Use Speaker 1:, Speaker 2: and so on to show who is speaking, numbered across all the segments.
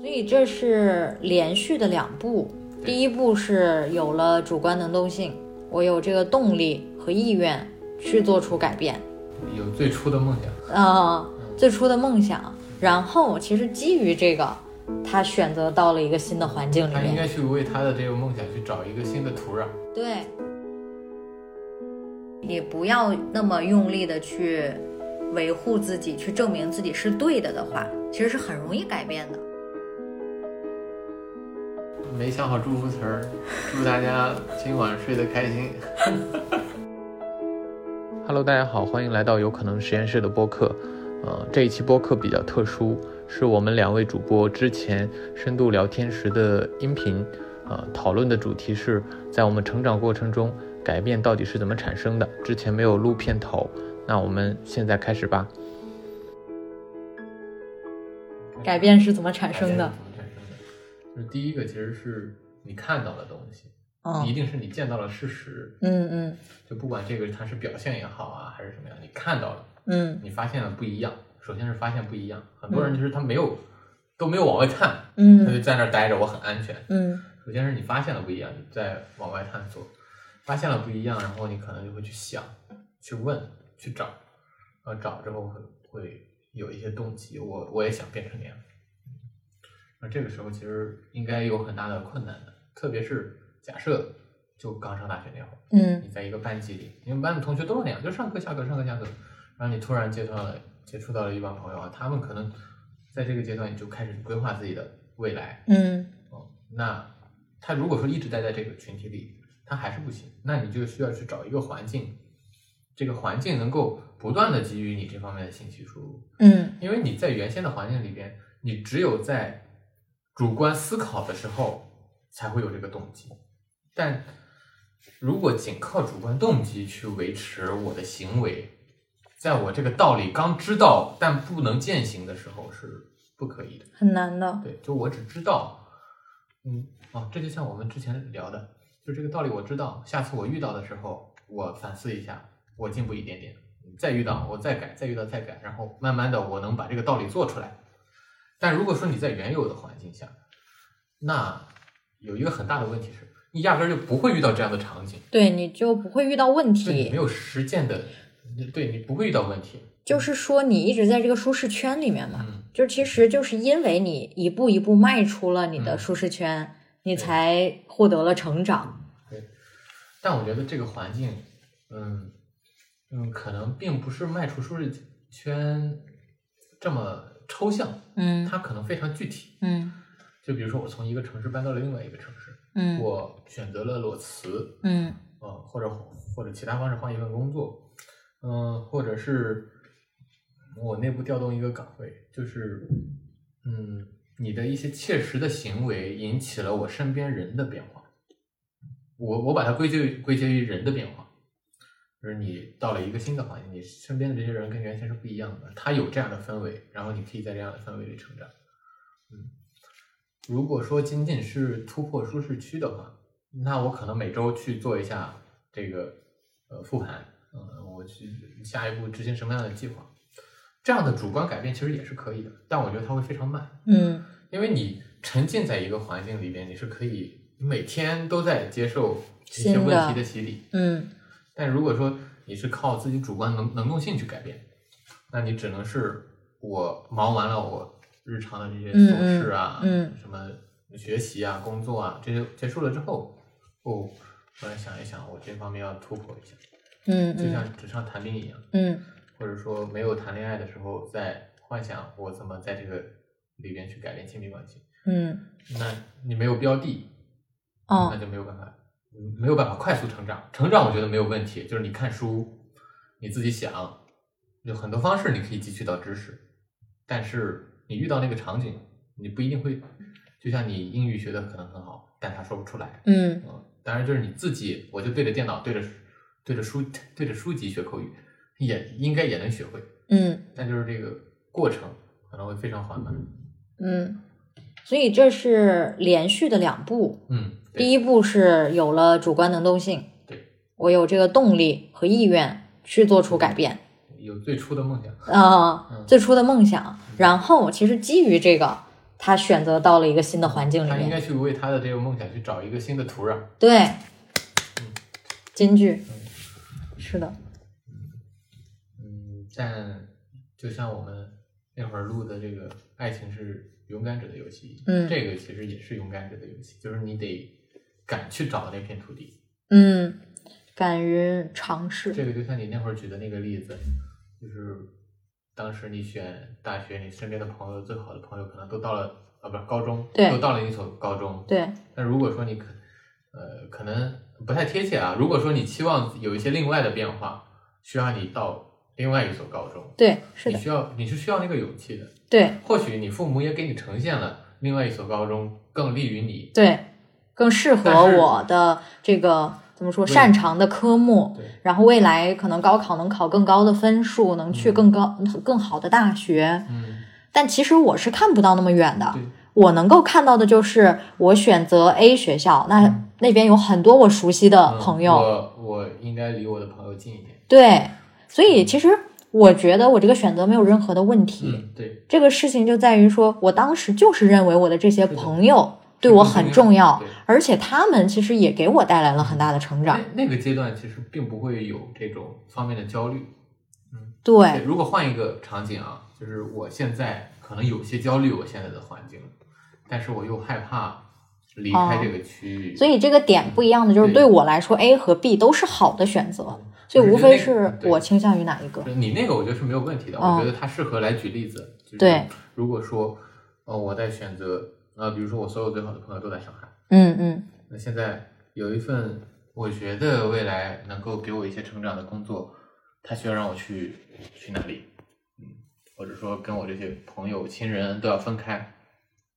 Speaker 1: 所以这是连续的两步，第一步是有了主观能动性，我有这个动力和意愿去做出改变，
Speaker 2: 有最初的梦想。
Speaker 1: 呃，最初的梦想，然后其实基于这个，他选择到了一个新的环境里
Speaker 2: 他应
Speaker 1: 面，
Speaker 2: 该去为他的这个梦想去找一个新的土壤。
Speaker 1: 对，你不要那么用力的去维护自己，去证明自己是对的的话，其实是很容易改变的。
Speaker 2: 没想好祝福词 儿，祝大家今晚睡得开心。Hello，大家好，欢迎来到有可能实验室的播客。呃，这一期播客比较特殊，是我们两位主播之前深度聊天时的音频。呃，讨论的主题是在我们成长过程中，改变到底是怎么产生的。之前没有录片头，那我们现在开始吧。
Speaker 1: 改变是怎么产生的
Speaker 2: 怎？么产生的？就是第一个其实是你看到的东西，一
Speaker 1: 嗯
Speaker 2: 定是你见到了事实，
Speaker 1: 嗯嗯
Speaker 2: 就不管这个它是表现也好啊，还是什么样，你看到了，
Speaker 1: 嗯
Speaker 2: 你发现了不一样。首先是发现不一样，很多人就是他没有都没有往外看，他
Speaker 1: 嗯
Speaker 2: 就在那儿待着，我很安全。
Speaker 1: 嗯
Speaker 2: 首先是你发现了不一样，你再往外探索，发现了不一样，然后你可能就会去想、去问、去找，然后找之后会会有一些动机，我我也想变成那样。那这个时候其实应该有很大的困难的，特别是假设就刚上大学那会儿，
Speaker 1: 嗯
Speaker 2: 你在一个班级里，你们班的同学都是那样，就上课下课上课下课，然后你突然接触到了接触到了一帮朋友啊，他们可能在这个阶段你就开始规划自己的未来，
Speaker 1: 嗯
Speaker 2: 哦，那他如果说一直待在这个群体里，他还是不行，那你就需要去找一个环境，这个环境能够不断的给予你这方面的信息输入，
Speaker 1: 嗯
Speaker 2: 因为你在原先的环境里边，你只有在主观思考的时候才会有这个动机，但如果仅靠主观动机去维持我的行为，在我这个道理刚知道但不能践行的时候是不可以的。
Speaker 1: 很难的。
Speaker 2: 对，就我只知道，嗯，哦，这就像我们之前聊的，就这个道理我知道，下次我遇到的时候，我反思一下，我进步一点点，再遇到我再改，再遇到再改，然后慢慢的我能把这个道理做出来。但如果说你在原有的环境下，那有一个很大的问题是，你压根儿就不会遇到这样的场景，
Speaker 1: 对，你就不会遇到问
Speaker 2: 就你没
Speaker 1: 题。
Speaker 2: 有实践的，对你不会遇到问题。
Speaker 1: 就是说，你一直在这个舒适圈里面嘛，
Speaker 2: 嗯，
Speaker 1: 就其实就是因为你一步一步迈出了你
Speaker 2: 嗯
Speaker 1: 的舒适圈，你才获得了成长。
Speaker 2: 但我觉得这个环境，嗯嗯，可能并不是迈出舒适圈这么抽象，
Speaker 1: 嗯
Speaker 2: 它可能非常具体。
Speaker 1: 嗯
Speaker 2: 就比如说，我从一个城市搬到了另外一个城市，
Speaker 1: 嗯
Speaker 2: 我选择了裸辞，
Speaker 1: 嗯
Speaker 2: 嗯、或者或者其他方式换一份工作，嗯、或者是我内部调动一个岗位，就是嗯，你的一些切实的行为引起了我身边人的变化。我我把它归结于归结于人的变化，就是你到了一个新的环境，你身边的这些人跟原先是不一样的，他有这样的氛围，然后你可以在这样的氛围里成长。嗯，如果说仅仅是突破舒适区的话，那我可能每周去做一下这个呃复盘，呃，我去下一步执行什么样的计划，这样的主观改变其实也是可以的，但我觉得它会非常慢。
Speaker 1: 嗯
Speaker 2: 因为你沉浸在一个环境里边，你是可以每天都在接受这些
Speaker 1: 新的
Speaker 2: 问题的洗礼。
Speaker 1: 嗯
Speaker 2: 但如果说你是靠自己主观能能动性去改变，那你只能是我忙完了我日常的这些
Speaker 1: 嗯
Speaker 2: 琐事啊，
Speaker 1: 嗯嗯
Speaker 2: 什么学习啊、工作啊这些结束了之后，哦，我来想一想，我这方面要突破一下，
Speaker 1: 嗯
Speaker 2: 就
Speaker 1: 嗯
Speaker 2: 像职场谈兵一样。
Speaker 1: 嗯
Speaker 2: 或者说没有谈恋爱的时候，在幻想我怎么在这个里边去改变亲密关系。
Speaker 1: 嗯
Speaker 2: 那你没有标的，那
Speaker 1: 哦
Speaker 2: 就没有办法，嗯没有办法快速成长。成长我觉得没有问题，就是你看书，你自己想，有很多方式你可以汲取到知识，但是你遇到那个场景，你不一定会。就像你英语学的可能很好，但他说不出来。
Speaker 1: 嗯
Speaker 2: 嗯，当然就是你自己，我就对着电脑，对着对着书，对着书籍学口语，也应该也能学会。
Speaker 1: 嗯
Speaker 2: 但就是这个过程可能会非常缓慢。
Speaker 1: 嗯，所以这是连续的两步。
Speaker 2: 嗯，
Speaker 1: 第
Speaker 2: 一，
Speaker 1: 一步是有了主观能动性，
Speaker 2: 对
Speaker 1: 我有这个动力和意愿去做出改变，
Speaker 2: 有最初的梦想，
Speaker 1: 呃
Speaker 2: 嗯，
Speaker 1: 最初的梦想，然后其实基于这个，他选择到了一个新的环境里
Speaker 2: 嗯他应
Speaker 1: 面。
Speaker 2: 该去为他的这个梦想去找一个新的土壤。
Speaker 1: 对，金句，是的，
Speaker 2: 嗯，但就像我们那会儿录的这个《爱情是勇敢者的游戏》，
Speaker 1: 嗯
Speaker 2: 这个其实也是勇敢者的游戏，就是你得敢去找那片土地。
Speaker 1: 嗯，敢于尝试，
Speaker 2: 这个就像你那会儿举的那个例子，就是当时你选大学，你身边的朋友最好的朋友可能都到了啊，不是高中，
Speaker 1: 对
Speaker 2: 都到了一所高中。
Speaker 1: 对，
Speaker 2: 但如果说你可呃可能不太贴切啊，如果说你期望有一些另外的变化，需要你到另外一所高中，
Speaker 1: 对，是
Speaker 2: 你
Speaker 1: 的，
Speaker 2: 需要你是需要那个勇气的。
Speaker 1: 对，
Speaker 2: 或许你父母也给你呈现了另外一所高中更利于你，
Speaker 1: 对，更适合
Speaker 2: 但是
Speaker 1: 我的这个怎么说
Speaker 2: 对
Speaker 1: 擅长的科目，
Speaker 2: 对，
Speaker 1: 然后未来可能高考能考更高的分数，能去
Speaker 2: 嗯
Speaker 1: 更高、更好的大学。
Speaker 2: 嗯，
Speaker 1: 但其实我是看不到那么远的
Speaker 2: 对，
Speaker 1: 我能够看到的就是我选择 A 学校，那
Speaker 2: 嗯
Speaker 1: 那边有很多我熟悉的
Speaker 2: 嗯
Speaker 1: 朋友，
Speaker 2: 我我应该离我的朋友近一点，嗯
Speaker 1: 对，所以其实我觉得我这个选择没有任何的问题。
Speaker 2: 嗯，对。
Speaker 1: 这个事情就在于说，我当时就是认为我的这些朋友对我很重要，
Speaker 2: 对
Speaker 1: 而且他们其实也给我带来了很大的成长。
Speaker 2: 那那个阶段其实并不会有这种方面的焦虑。
Speaker 1: 对，
Speaker 2: 如果换一个场景啊，就是我现在可能有些焦虑我现在的环境，但是我又害怕离开这个区域，
Speaker 1: 哦所以这个点不一样的就是对
Speaker 2: 对
Speaker 1: 我来说，A 和 B 都是好的选择，所
Speaker 2: 就
Speaker 1: 以
Speaker 2: 是
Speaker 1: 无非
Speaker 2: 那个
Speaker 1: 是
Speaker 2: 对
Speaker 1: 我倾向于哪一个。
Speaker 2: 就你那个我觉得是没有问题的，
Speaker 1: 嗯
Speaker 2: 我觉得它适合来举例子。就是
Speaker 1: 对，
Speaker 2: 如果说呃我在选择呃比如说我所有最好的朋友都在上海，
Speaker 1: 嗯嗯
Speaker 2: 那现在有一份我觉得未来能够给我一些成长的工作，他需要让我去去哪里？嗯，或者说跟我这些朋友、亲人都要分开，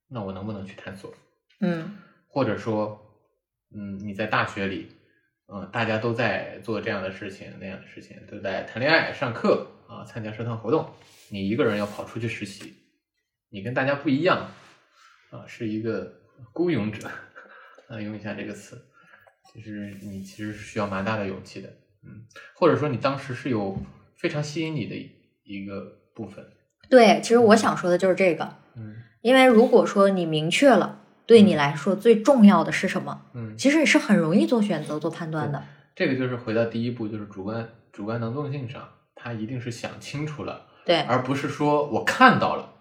Speaker 2: 那我能不能去探索？
Speaker 1: 嗯，
Speaker 2: 或者说，嗯，你在大学里，嗯，大家都在做这样的事情、那样的事情，都在谈恋爱、上课啊，参加社团活动，你一个人要跑出去实习，你跟大家不一样啊，是一个孤勇者，啊，用一下这个词，就是你其实是需要蛮大的勇气的，嗯，或者说你当时是有非常吸引你的一个部分，
Speaker 1: 对，其实我想说的就是这个，
Speaker 2: 嗯
Speaker 1: 因为如果说你明确了对你来说最重要的是什么，
Speaker 2: 嗯，
Speaker 1: 其实你是很容易做选择、做判断的。
Speaker 2: 这个就是回到第一步，就是主观主观能动性上，他一定是想清楚了。
Speaker 1: 对，
Speaker 2: 而不是说我看到了，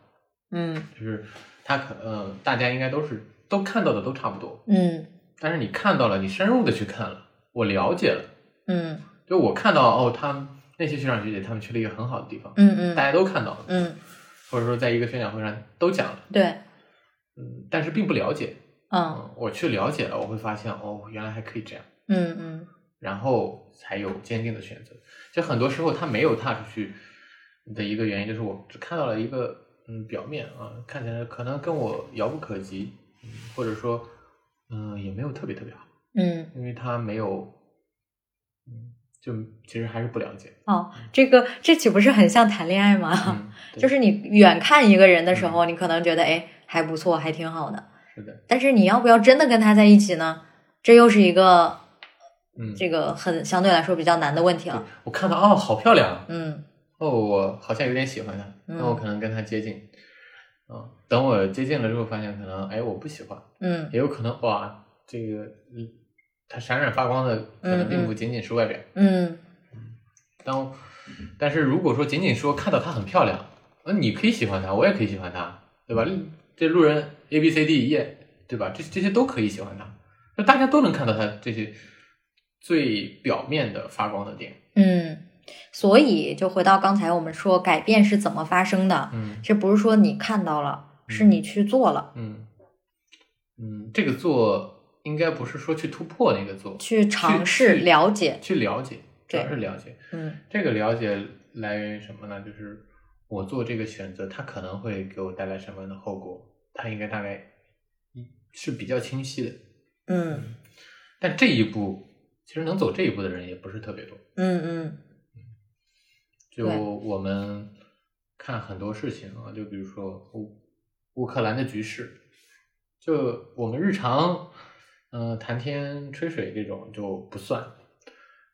Speaker 1: 嗯
Speaker 2: 就是他可呃，大家应该都是都看到的都差不多，
Speaker 1: 嗯
Speaker 2: 但是你看到了，你深入的去看了，我了解了，
Speaker 1: 嗯
Speaker 2: 就我看到哦，他们那些学长学姐他们去了一个很好的地方，
Speaker 1: 嗯嗯
Speaker 2: 大家都看到了，
Speaker 1: 嗯，
Speaker 2: 或者说在一个宣讲会上都讲了，
Speaker 1: 对，
Speaker 2: 嗯，但是并不了解，
Speaker 1: 嗯
Speaker 2: 嗯，我去了解了，我会发现哦，原来还可以这样，
Speaker 1: 嗯嗯，
Speaker 2: 然后才有坚定的选择。就很多时候他没有踏出去的一个原因，就是我只看到了一个嗯表面啊，看起来可能跟我遥不可及，嗯、或者说嗯也没有特别特别好，
Speaker 1: 嗯，
Speaker 2: 因为他没有嗯就其实还是不了解，
Speaker 1: 哦，这个这岂不是很像谈恋爱吗？
Speaker 2: 嗯，对
Speaker 1: 啊
Speaker 2: 嗯
Speaker 1: 就是你远看一个人的时候，你可能觉得哎还不错，还挺好的，
Speaker 2: 是的，
Speaker 1: 但是你要不要真的跟他在一起呢？这又是一个
Speaker 2: 嗯，
Speaker 1: 这个很相对来说比较难的问题
Speaker 2: 对
Speaker 1: 了。
Speaker 2: 我看到哦好漂亮，
Speaker 1: 嗯
Speaker 2: 哦我好像有点喜欢她，那我可能跟她接近。嗯，等我接近了之后，发现可能哎，我不喜欢，
Speaker 1: 嗯
Speaker 2: 也有可能哇，这个嗯，它闪闪发光的可能并不仅仅是外表。
Speaker 1: 嗯
Speaker 2: 当但是如果说仅仅说看到她很漂亮，呃，你可以喜欢她，我也可以喜欢她，对吧？这路人 A B C D E，对吧？这这些都可以喜欢她，就大家都能看到她这些最表面的发光的点。
Speaker 1: 嗯，所以就回到刚才我们说改变是怎么发生的，
Speaker 2: 嗯
Speaker 1: 这不是说你看到了，是你去做了，
Speaker 2: 嗯嗯，这个做应该不是说去突破那个做，
Speaker 1: 去尝试
Speaker 2: 去
Speaker 1: 了解。
Speaker 2: 去了解，主要
Speaker 1: 对
Speaker 2: 是了解。
Speaker 1: 嗯
Speaker 2: 这个了解来源于什么呢？就是我做这个选择，它可能会给我带来什么样的后果，它应该大概是比较清晰的。
Speaker 1: 嗯。
Speaker 2: 但这一步，其实能走这一步的人也不是特别多。
Speaker 1: 嗯嗯
Speaker 2: 就
Speaker 1: 对
Speaker 2: 我们看很多事情啊，就比如说乌乌克兰的局势，就我们日常嗯、呃谈天吹水这种就不算。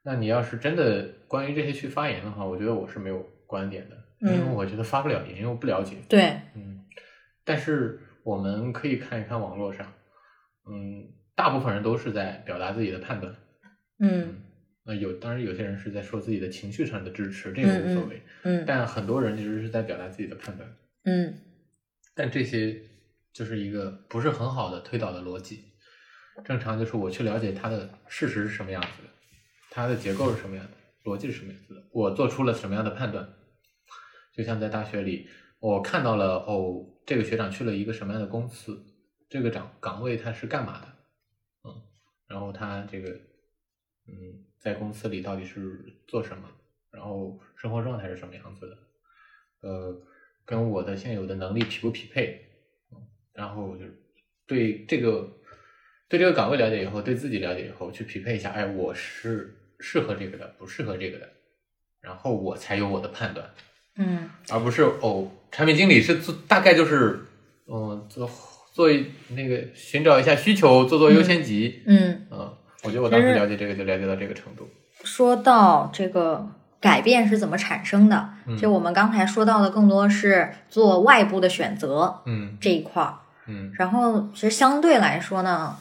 Speaker 2: 那你要是真的关于这些去发言的话，我觉得我是没有观点的，因为
Speaker 1: 嗯
Speaker 2: 我觉得发不了言，因为我不了解。
Speaker 1: 对，
Speaker 2: 嗯，但是我们可以看一看网络上，嗯，大部分人都是在表达自己的判断，
Speaker 1: 嗯
Speaker 2: 那有当然有些人是在说自己的情绪上的支持，这个无所谓，
Speaker 1: 嗯
Speaker 2: 但很多人其实是在表达自己的判断，
Speaker 1: 嗯
Speaker 2: 但这些就是一个不是很好的推导的逻辑。正常就是我去了解它的事实是什么样子的，它的结构是什么样的，逻辑是什么样子的，我做出了什么样的判断。就像在大学里，我看到了哦，这个学长去了一个什么样的公司，这个岗岗位他是干嘛的，嗯，然后他这个嗯在公司里到底是做什么，然后生活状态是什么样子的，呃，跟我的现有的能力匹不匹配，嗯然后就是对这个对这个岗位了解以后，对自己了解以后，去匹配一下，哎，我是适合这个的，不适合这个的，然后我才有我的判断，
Speaker 1: 嗯
Speaker 2: 而不是哦，产品经理是做大概就是嗯做做一那个寻找一下需求，做做优先级，
Speaker 1: 嗯。
Speaker 2: 嗯我觉得我当时
Speaker 1: 其实
Speaker 2: 了解这个就了解到这个程度，
Speaker 1: 说到这个改变是怎么产生的，
Speaker 2: 嗯
Speaker 1: 就我们刚才说到的更多是做外部的选择
Speaker 2: 嗯
Speaker 1: 这一块儿。
Speaker 2: 嗯
Speaker 1: 然后其实相对来说呢，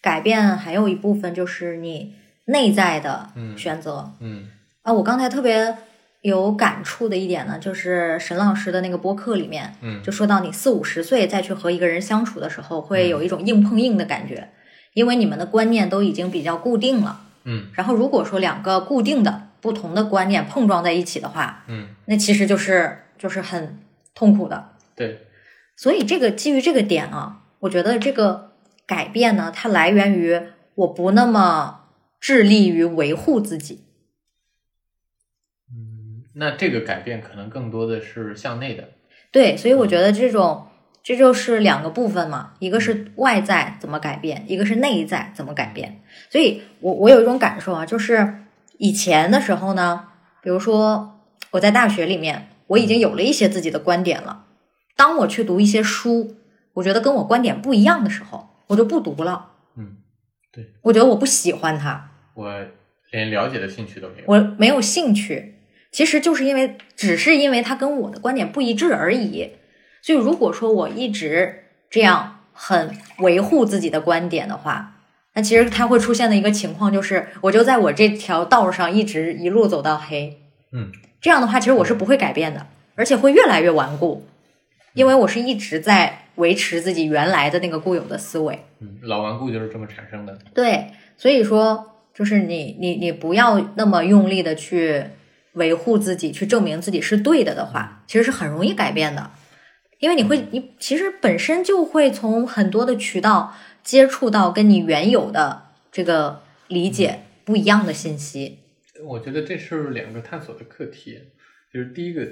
Speaker 1: 改变还有一部分就是你内在的
Speaker 2: 嗯
Speaker 1: 选择。
Speaker 2: 嗯
Speaker 1: 啊，我刚才特别有感触的一点呢，就是沈老师的那个播客里面，
Speaker 2: 嗯
Speaker 1: 就说到你四五十岁再去和一个人相处的时候，会有一种硬碰硬的感觉，因为你们的观念都已经比较固定了。
Speaker 2: 嗯
Speaker 1: 然后如果说两个固定的不同的观念碰撞在一起的话，
Speaker 2: 嗯，
Speaker 1: 那其实就是就是很痛苦的。
Speaker 2: 对，
Speaker 1: 所以这个基于这个点啊，我觉得这个改变呢，它来源于我不那么致力于维护自己。
Speaker 2: 嗯，那这个改变可能更多的是向内的，
Speaker 1: 对，所以我觉得这种这就是两个部分嘛，一个是外在怎么改变，一个是内在怎么改变。所以我我有一种感受啊，就是以前的时候呢，比如说我在大学里面，我已经有了一些自己的观点了。当我去读一些书，我觉得跟我观点不一样的时候，我就不读了。
Speaker 2: 嗯，
Speaker 1: 我觉得我不喜欢它，
Speaker 2: 我连了解的兴趣都没有，
Speaker 1: 我没有兴趣。其实就是因为，只是因为它跟我的观点不一致而已。所以，如果说我一直这样很维护自己的观点的话，那其实它会出现的一个情况就是，我就在我这条道上一直一路走到黑。
Speaker 2: 嗯，
Speaker 1: 这样的话，其实我是不会改变的，而且会越来越顽固，因为我是一直在维持自己原来的那个固有的思维。
Speaker 2: 嗯，老顽固就是这么产生的。
Speaker 1: 对，所以说就是你你你不要那么用力的去维护自己，去证明自己是对的的话，其实是很容易改变的，因为你
Speaker 2: 嗯
Speaker 1: 会你其实本身就会从很多的渠道接触到跟你原有的这个
Speaker 2: 嗯
Speaker 1: 理解不一样的信息。
Speaker 2: 我觉得这是两个探索的课题，就是第一个，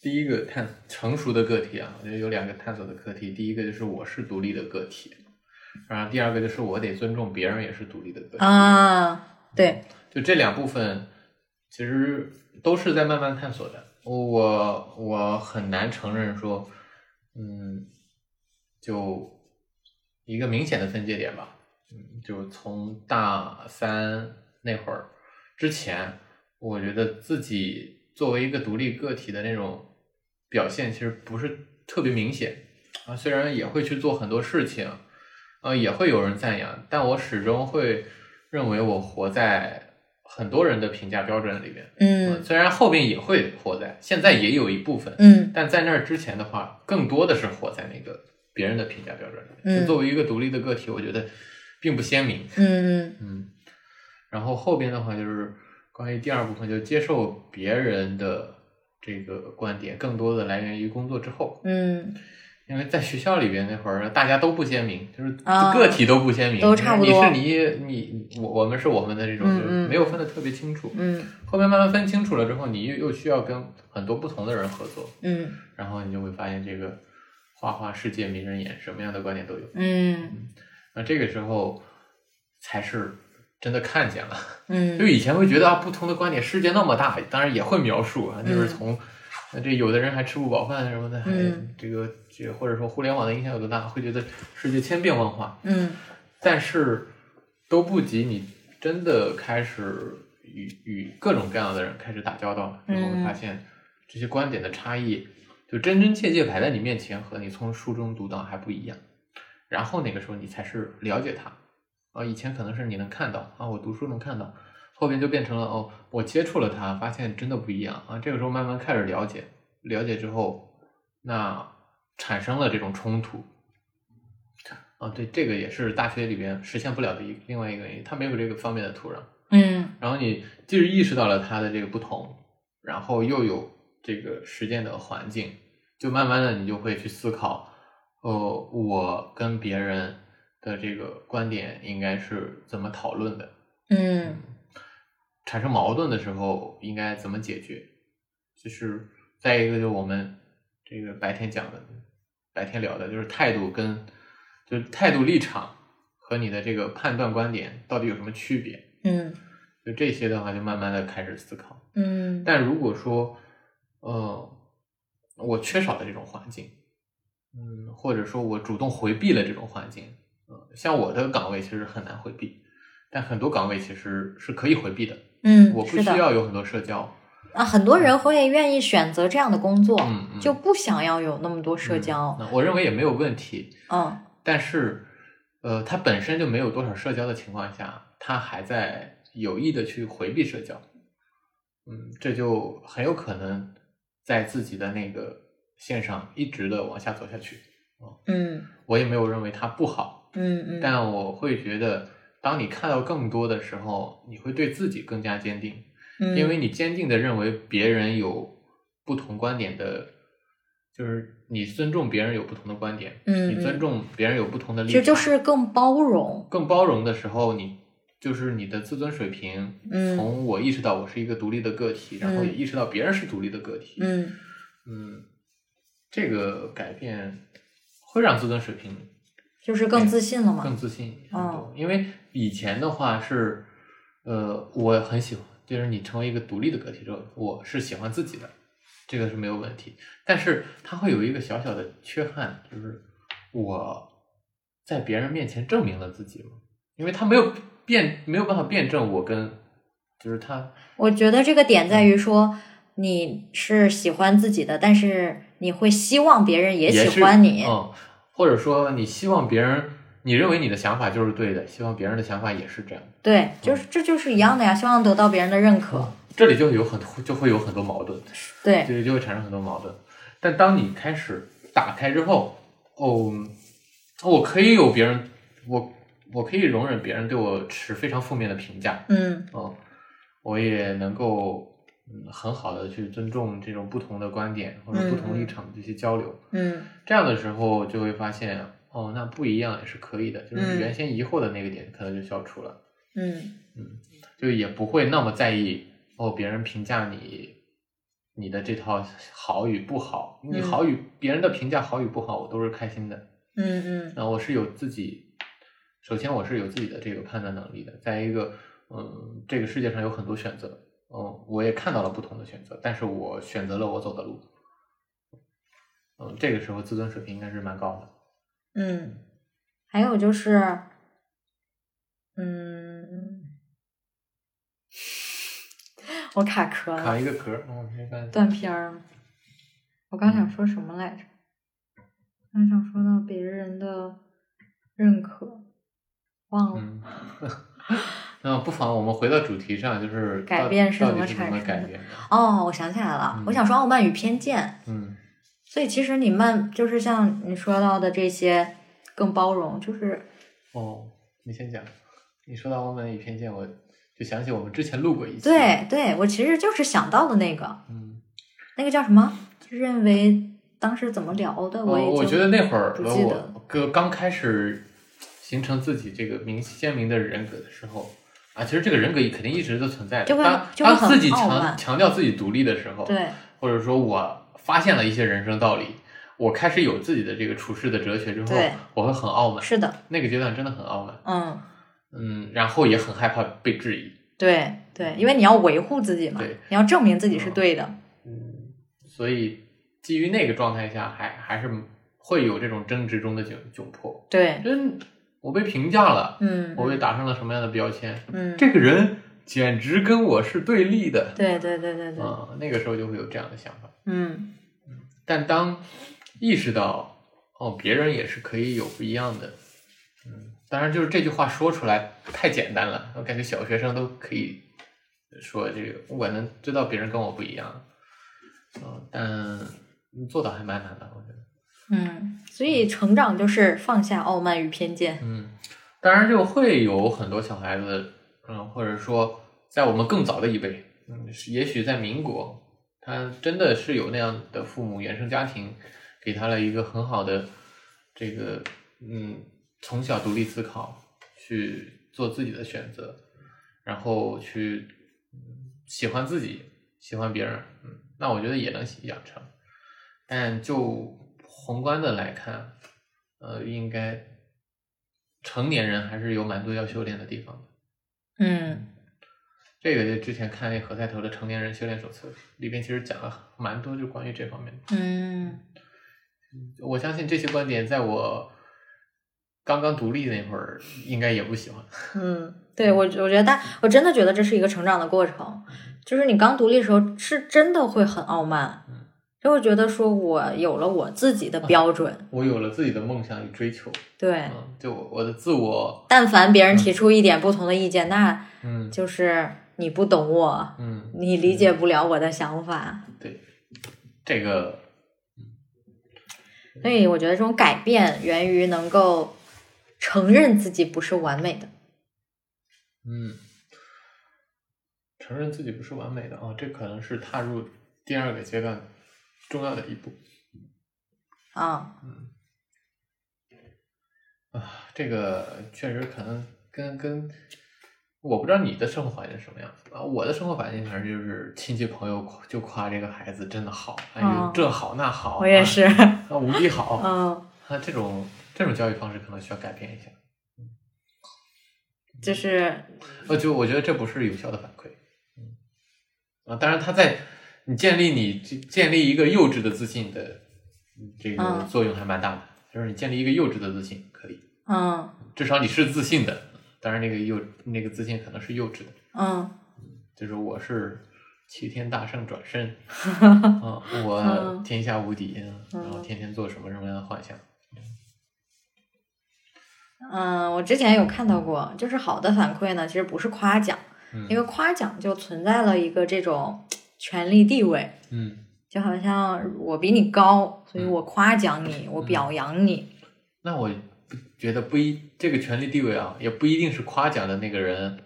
Speaker 2: 第一个探成熟的个体啊，我觉得有两个探索的课题，第一个就是我是独立的个体，然后第二个就是我得尊重别人也是独立的个体，
Speaker 1: 啊，对，
Speaker 2: 就这两部分其实都是在慢慢探索的。我我很难承认说，嗯，就一个明显的分界点吧，嗯，就从大三那会儿之前，我觉得自己作为一个独立个体的那种表现，其实不是特别明显啊。虽然也会去做很多事情，呃，也会有人赞扬，但我始终会认为我活在很多人的评价标准里面。呃
Speaker 1: 嗯
Speaker 2: 虽然后面也会活在，现在也有一部分，
Speaker 1: 嗯
Speaker 2: 但在那儿之前的话，更多的是活在那个别人的评价标准里面。
Speaker 1: 嗯
Speaker 2: 就作为一个独立的个体，我觉得并不鲜明。
Speaker 1: 嗯
Speaker 2: 嗯，然后后边的话就是关于第二部分，就接受别人的这个观点，更多的来源于工作之后，
Speaker 1: 嗯
Speaker 2: 因为在学校里边那会儿，大家都不鲜明，就是
Speaker 1: 啊
Speaker 2: 个体都不鲜明，
Speaker 1: 都差不多
Speaker 2: 你是你，你我我们是我们的这种，
Speaker 1: 嗯
Speaker 2: 就
Speaker 1: 嗯
Speaker 2: 没有分的特别清楚。
Speaker 1: 嗯
Speaker 2: 后面慢慢分清楚了之后，你又又需要跟很多不同的人合作，
Speaker 1: 嗯
Speaker 2: 然后你就会发现这个花花世界迷人眼，什么样的观点都有。
Speaker 1: 嗯
Speaker 2: 那这个时候才是真的看见了。就
Speaker 1: 嗯
Speaker 2: 以前会觉得啊，不同的观点，世界那么大，当然也会描述啊，就是从、呃这有的人还吃不饱饭什么的，还
Speaker 1: 嗯
Speaker 2: 这个这个或者说互联网的影响有多大，会觉得世界千变万化，
Speaker 1: 嗯
Speaker 2: 但是都不及你真的开始与与各种各样的人开始打交道，
Speaker 1: 嗯
Speaker 2: 然后会发现这些观点的差异就真真切切摆在你面前，和你从书中读到还不一样。然后那个时候你才是了解它，啊，以前可能是你能看到啊，我读书能看到，后边就变成了哦，我接触了它，发现真的不一样啊。这个时候慢慢开始了解，了解之后，那产生了这种冲突。啊，对，这个也是大学里边实现不了的一另外一个原因，它没有这个方面的土壤。
Speaker 1: 嗯
Speaker 2: 然后你既是意识到了它的这个不同，然后又有这个实践的环境，就慢慢的你就会去思考，呃，我跟别人的这个观点应该是怎么讨论的，
Speaker 1: 嗯，
Speaker 2: 产生矛盾的时候应该怎么解决，就是再一个就是我们这个白天讲的，白天聊的就是态度跟就是态度立场和你的这个判断观点到底有什么区别。
Speaker 1: 嗯
Speaker 2: 就这些的话，就慢慢的开始思考。
Speaker 1: 嗯
Speaker 2: 但如果说，呃，我缺少了这种环境，嗯，或者说我主动回避了这种环境，呃，像我的岗位其实很难回避，但很多岗位其实是可以回避的。
Speaker 1: 嗯，
Speaker 2: 我不
Speaker 1: 是
Speaker 2: 需
Speaker 1: 的
Speaker 2: 要有很多社交，
Speaker 1: 啊，很多人会愿意选择这样的工作，
Speaker 2: 嗯嗯，
Speaker 1: 就不想要有那么多社交
Speaker 2: 嗯。那我认为也没有问题，
Speaker 1: 嗯
Speaker 2: 但是，呃，他本身就没有多少社交的情况下，他还在有意的去回避社交，嗯，这就很有可能在自己的那个线上一直的往下走下去。
Speaker 1: 嗯
Speaker 2: 我也没有认为它不好，
Speaker 1: 嗯嗯
Speaker 2: 但我会觉得，当你看到更多的时候，你会对自己更加坚定，
Speaker 1: 嗯，
Speaker 2: 因为你坚定的认为别人有不同观点的，就是你尊重别人有不同的观点，
Speaker 1: 嗯
Speaker 2: 你尊
Speaker 1: 嗯
Speaker 2: 重别人有不同的立
Speaker 1: 其
Speaker 2: 场，
Speaker 1: 实就是更包容。
Speaker 2: 更包容的时候，你就是你的自尊水平，
Speaker 1: 嗯
Speaker 2: 从我意识到我是一个独立的个体，然后也意识到别人是独立的个体，
Speaker 1: 嗯
Speaker 2: 嗯这个改变会让自尊水平
Speaker 1: 就是更自信了嘛。
Speaker 2: 哎
Speaker 1: 嗯
Speaker 2: 更自信很多，因为以前的话是，呃，我很喜欢，就是你成为一个独立的个体之后，我是喜欢自己的，这个是没有问题，但是它会有一个小小的缺憾，就是我在别人面前证明了自己嘛，因为他没有辩，没有办法辩证我跟，就是他，
Speaker 1: 我觉得这个点
Speaker 2: 嗯
Speaker 1: 在于说，你是喜欢自己的，但是你会希望别人也
Speaker 2: 也
Speaker 1: 喜欢你
Speaker 2: 是。嗯，或者说你希望别人，你认为你的想法就是对的，希望别人的想法也是这样。
Speaker 1: 对，
Speaker 2: 嗯
Speaker 1: 就是这就是一样的呀，希望得到别人的认可。
Speaker 2: 这里就有很多，就会有很多矛盾，
Speaker 1: 对，
Speaker 2: 就就会产生很多矛盾。但当你开始打开之后，哦，我可以有别人，我我可以容忍别人对我持非常负面的评价，
Speaker 1: 嗯
Speaker 2: 嗯，我也能够嗯很好的去尊重这种不同的观点或者不同立场的这些交流。
Speaker 1: 嗯
Speaker 2: 这样的时候就会发现，哦，那不一样也是可以的，就是
Speaker 1: 嗯
Speaker 2: 原先疑惑的那个点可能就消除了。
Speaker 1: 嗯
Speaker 2: 就也不会那么在意哦，别人评价你你的这套好与不好，你
Speaker 1: 嗯
Speaker 2: 好与、别人的评价好与不好，我都是开心的。
Speaker 1: 嗯嗯
Speaker 2: 那我是有自己，首先我是有自己的这个判断能力的。再一个，嗯，这个世界上有很多选择，嗯，我也看到了不同的选择，但是我选择了我走的路。嗯，这个时候自尊水平应该是蛮高的。
Speaker 1: 嗯，还有就是，嗯， 我卡壳了。
Speaker 2: 卡一个壳儿，嗯，没办法。
Speaker 1: 断片儿吗。我刚想说什么来着？刚想说到别人的认可，忘了。
Speaker 2: 嗯， 那不妨我们回到主题上，就是
Speaker 1: 嗯改
Speaker 2: 到
Speaker 1: 变是
Speaker 2: 到
Speaker 1: 怎
Speaker 2: 底
Speaker 1: 么
Speaker 2: 是
Speaker 1: 产
Speaker 2: 么
Speaker 1: 生
Speaker 2: 改
Speaker 1: 的
Speaker 2: 变的？
Speaker 1: 哦，我想起来了，
Speaker 2: 嗯
Speaker 1: 我想说《傲慢与偏见
Speaker 2: 嗯》。
Speaker 1: 所以其实你慢，就是像你说到的这些更包容，就是
Speaker 2: 哦，你先讲。你说到傲慢与偏见，我就想起我们之前录过一期。，
Speaker 1: 对对，我其实就是想到的那个，
Speaker 2: 嗯，
Speaker 1: 那个叫什么？就认为当时怎么聊的，
Speaker 2: 我
Speaker 1: 也
Speaker 2: 哦我
Speaker 1: 我
Speaker 2: 觉得那会儿
Speaker 1: 不记得
Speaker 2: 我刚刚开始形成自己这个明鲜明的人格的时候。啊，其实这个人格肯定一直都存在的。
Speaker 1: 就会
Speaker 2: 当
Speaker 1: 就会
Speaker 2: 当
Speaker 1: 很
Speaker 2: 自己
Speaker 1: 傲
Speaker 2: 强
Speaker 1: 慢
Speaker 2: 强调自己独立的时候，
Speaker 1: 对，
Speaker 2: 或者说我发现了一些人生道理，我开始有自己的这个处事的哲学之后
Speaker 1: 对，
Speaker 2: 我会很傲慢。
Speaker 1: 是的，
Speaker 2: 那个阶段真的很傲慢，
Speaker 1: 嗯，
Speaker 2: 嗯，然后也很害怕被质疑，
Speaker 1: 对对，因为你要维护自己嘛
Speaker 2: 对，
Speaker 1: 你要证明自己是对的，
Speaker 2: 嗯，所以基于那个状态下，还还是会有这种争执中的窘窘迫。
Speaker 1: 对，
Speaker 2: 真，我被评价了，
Speaker 1: 嗯，
Speaker 2: 我被打上了什么样的标签？
Speaker 1: 嗯，
Speaker 2: 这个人简直跟我是对立的。
Speaker 1: 对对对对对，
Speaker 2: 嗯，那个时候就会有这样的想法。
Speaker 1: 嗯，
Speaker 2: 但当意识到哦，别人也是可以有不一样的，嗯，当然就是这句话说出来太简单了，我感觉小学生都可以说这个，我能知道别人跟我不一样，嗯，但做到还蛮难的，我觉得。
Speaker 1: 嗯，所以成长就是放下傲慢与偏见。
Speaker 2: 嗯，当然就会有很多小孩子，嗯，或者说在我们更早的一辈，嗯，是也许在民国，他真的是有那样的父母原生家庭，给他了一个很好的这个，嗯，从小独立思考，去做自己的选择，然后去嗯喜欢自己，喜欢别人，嗯，那我觉得也能养成，但就宏观的来看，呃，应该成年人还是有蛮多要修炼的地方的。
Speaker 1: 嗯
Speaker 2: 这个就之前看那何菜头的《成年人修炼手册》里边，其实讲了蛮多就关于这方面的。
Speaker 1: 嗯
Speaker 2: 我相信这些观点在我刚刚独立那会儿，应该也不喜欢。
Speaker 1: 嗯，对我我觉得大，我真的觉得这是一个成长的过程，就是你刚独立的时候是真的会很傲慢
Speaker 2: 嗯，
Speaker 1: 就会觉得说我有了我自己的标准，
Speaker 2: 我有了自己的梦想与追求，
Speaker 1: 对。
Speaker 2: 嗯，就我的自我，
Speaker 1: 但凡别人提出一点不同的意见，那
Speaker 2: 嗯
Speaker 1: 就是你不懂我，
Speaker 2: 嗯，
Speaker 1: 你理解不了我的想法。
Speaker 2: 对，这个
Speaker 1: 所以我觉得这种改变源于能够承认自己不是完美的。
Speaker 2: 嗯，承认自己不是完美的啊，这可能是踏入第二个阶段重要的一步
Speaker 1: 啊，
Speaker 2: 啊。这个确实可能跟跟，我不知道你的生活环境是什么样子啊。我的生活环境反正就是亲戚朋友夸就夸这个孩子真的好，哎
Speaker 1: 哦
Speaker 2: 呦这好那好，
Speaker 1: 我也是，
Speaker 2: 啊，啊无敌好啊，
Speaker 1: 嗯，
Speaker 2: 这种这种教育方式可能需要改变一下。
Speaker 1: 就是
Speaker 2: 我呃就我觉得这不是有效的反馈，嗯，啊，当然他在你建立你建立一个幼稚的自信的嗯这个
Speaker 1: 嗯
Speaker 2: 作用还蛮大的，就是你建立一个幼稚的自信可以，
Speaker 1: 嗯
Speaker 2: 至少你是自信的，当然那个幼那个自信可能是幼稚的，
Speaker 1: 嗯
Speaker 2: 就是我是齐天大圣转身， 啊，我
Speaker 1: 嗯
Speaker 2: 天下无敌，啊然后
Speaker 1: 嗯
Speaker 2: 天天做什么什么样的幻想，
Speaker 1: 嗯，我之前有看到过，就是好的反馈呢，其实不是夸奖，
Speaker 2: 嗯
Speaker 1: 因为夸奖就存在了一个这种权力地位，
Speaker 2: 嗯，
Speaker 1: 就好像我比你高，所以我夸奖你，我
Speaker 2: 嗯
Speaker 1: 表扬你，
Speaker 2: 那我不觉得不一这个权力地位啊，也不一定是夸奖的那个人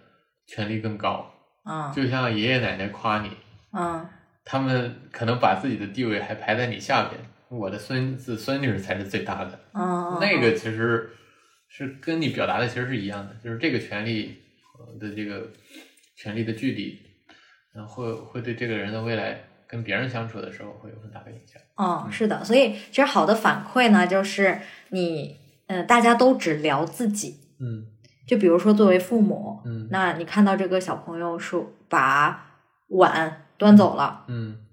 Speaker 2: 权力更高。
Speaker 1: 嗯
Speaker 2: 就像爷爷奶奶夸你，
Speaker 1: 嗯
Speaker 2: 他们可能把自己的地位还排在你下边，我的孙子孙女才是最大的。
Speaker 1: 嗯，
Speaker 2: 那个其实是跟你表达的其实是一样的，就是这个权利呃的这个权利的距离，然后会会对这个人的未来跟别人相处的时候会有很大的影响。
Speaker 1: 嗯，是的，所以其实好的反馈呢，就是你，呃，大家都只聊自己。
Speaker 2: 嗯
Speaker 1: 就比如说，作为父母，
Speaker 2: 嗯
Speaker 1: 那你看到这个小朋友说把碗端走了，
Speaker 2: 嗯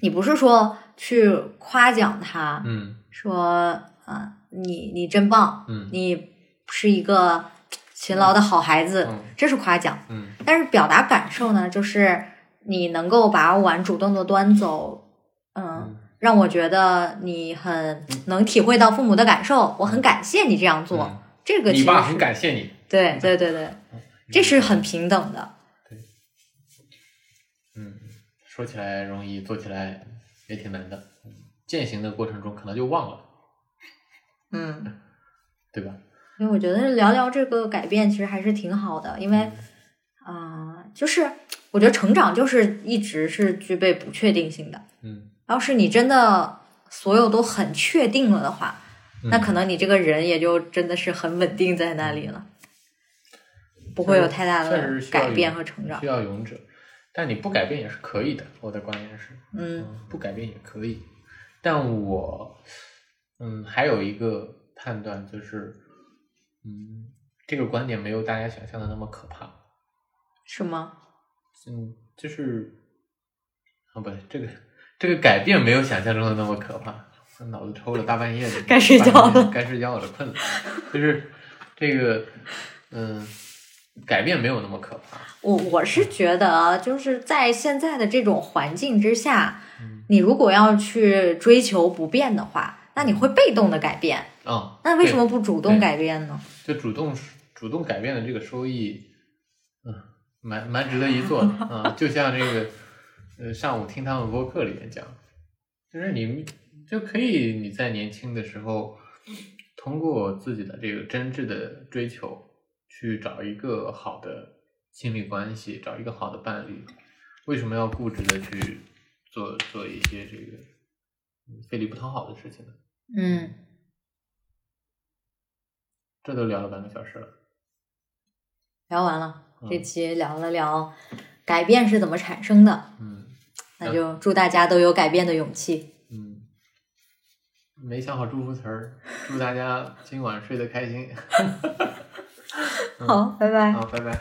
Speaker 1: 你不是说去夸奖他，
Speaker 2: 嗯
Speaker 1: 说啊，你你真棒，
Speaker 2: 嗯
Speaker 1: 你是一个勤劳的好孩子，
Speaker 2: 嗯
Speaker 1: 这是夸奖。
Speaker 2: 嗯
Speaker 1: 但是表达感受呢，就是你能够把碗主动的端走，嗯
Speaker 2: 嗯
Speaker 1: 让我觉得你很能体会到父母的感受，我很感谢你这样做。
Speaker 2: 嗯
Speaker 1: 这个其
Speaker 2: 你
Speaker 1: 实
Speaker 2: 爸嗯
Speaker 1: 是
Speaker 2: 很感谢你，
Speaker 1: 对对对对，这是很平等的。
Speaker 2: 嗯，说起来容易，做起来也挺难的。嗯践行的过程中可能就忘了，
Speaker 1: 嗯，
Speaker 2: 对吧？
Speaker 1: 所以我觉得聊聊这个改变其实还是挺好的，因为啊、
Speaker 2: 嗯
Speaker 1: 呃就是我觉得成长就是一直是具备不确定性的。
Speaker 2: 嗯，
Speaker 1: 要是你真的所有都很确定了的话，
Speaker 2: 嗯
Speaker 1: 那可能你这个人也就真的是很稳定在那里了，不会有太大
Speaker 2: 确实
Speaker 1: 的
Speaker 2: 是需要
Speaker 1: 改变
Speaker 2: 勇
Speaker 1: 和成长
Speaker 2: 需。要勇者，但你不改变也是可以的。我的观点是，
Speaker 1: 嗯，
Speaker 2: 不改变也可以。但我，嗯，还有一个判断就是，嗯，这个观点没有大家想象的那么可怕。
Speaker 1: 是吗？
Speaker 2: 嗯，就是，啊，不对，这个这个改变没有想象中的那么可怕。我脑子抽了大半夜 的，
Speaker 1: 该睡觉了
Speaker 2: 半夜该睡觉了，困了。就是这个，嗯，改变没有那么可怕。
Speaker 1: 我我是觉得啊，就是在现在的这种环境之下
Speaker 2: 嗯，
Speaker 1: 你如果要去追求不变的话，那你会被动的改变。
Speaker 2: 嗯，
Speaker 1: 那为什
Speaker 2: 对
Speaker 1: 么不主动
Speaker 2: 对
Speaker 1: 改变呢？
Speaker 2: 就主动主动改变的这个收益，嗯，蛮蛮值得一做的啊、嗯就像这个，呃，上午听他们播客里面讲，就是你就可以你在年轻的时候，通过自己的这个真挚的追求，去找一个好的亲密关系，找一个好的伴侣。为什么要固执的去做做一些这个嗯费力不讨好的事情呢？
Speaker 1: 嗯，
Speaker 2: 这都聊了半个小时了。
Speaker 1: 聊完了，
Speaker 2: 嗯
Speaker 1: 这期聊了聊改变是怎么产生的，
Speaker 2: 嗯。
Speaker 1: 那就祝大家都有改变的勇气。
Speaker 2: 嗯，没想好祝福词儿，祝大家今晚睡得开心。嗯
Speaker 1: 好，拜拜。哎
Speaker 2: 嗯好，拜拜。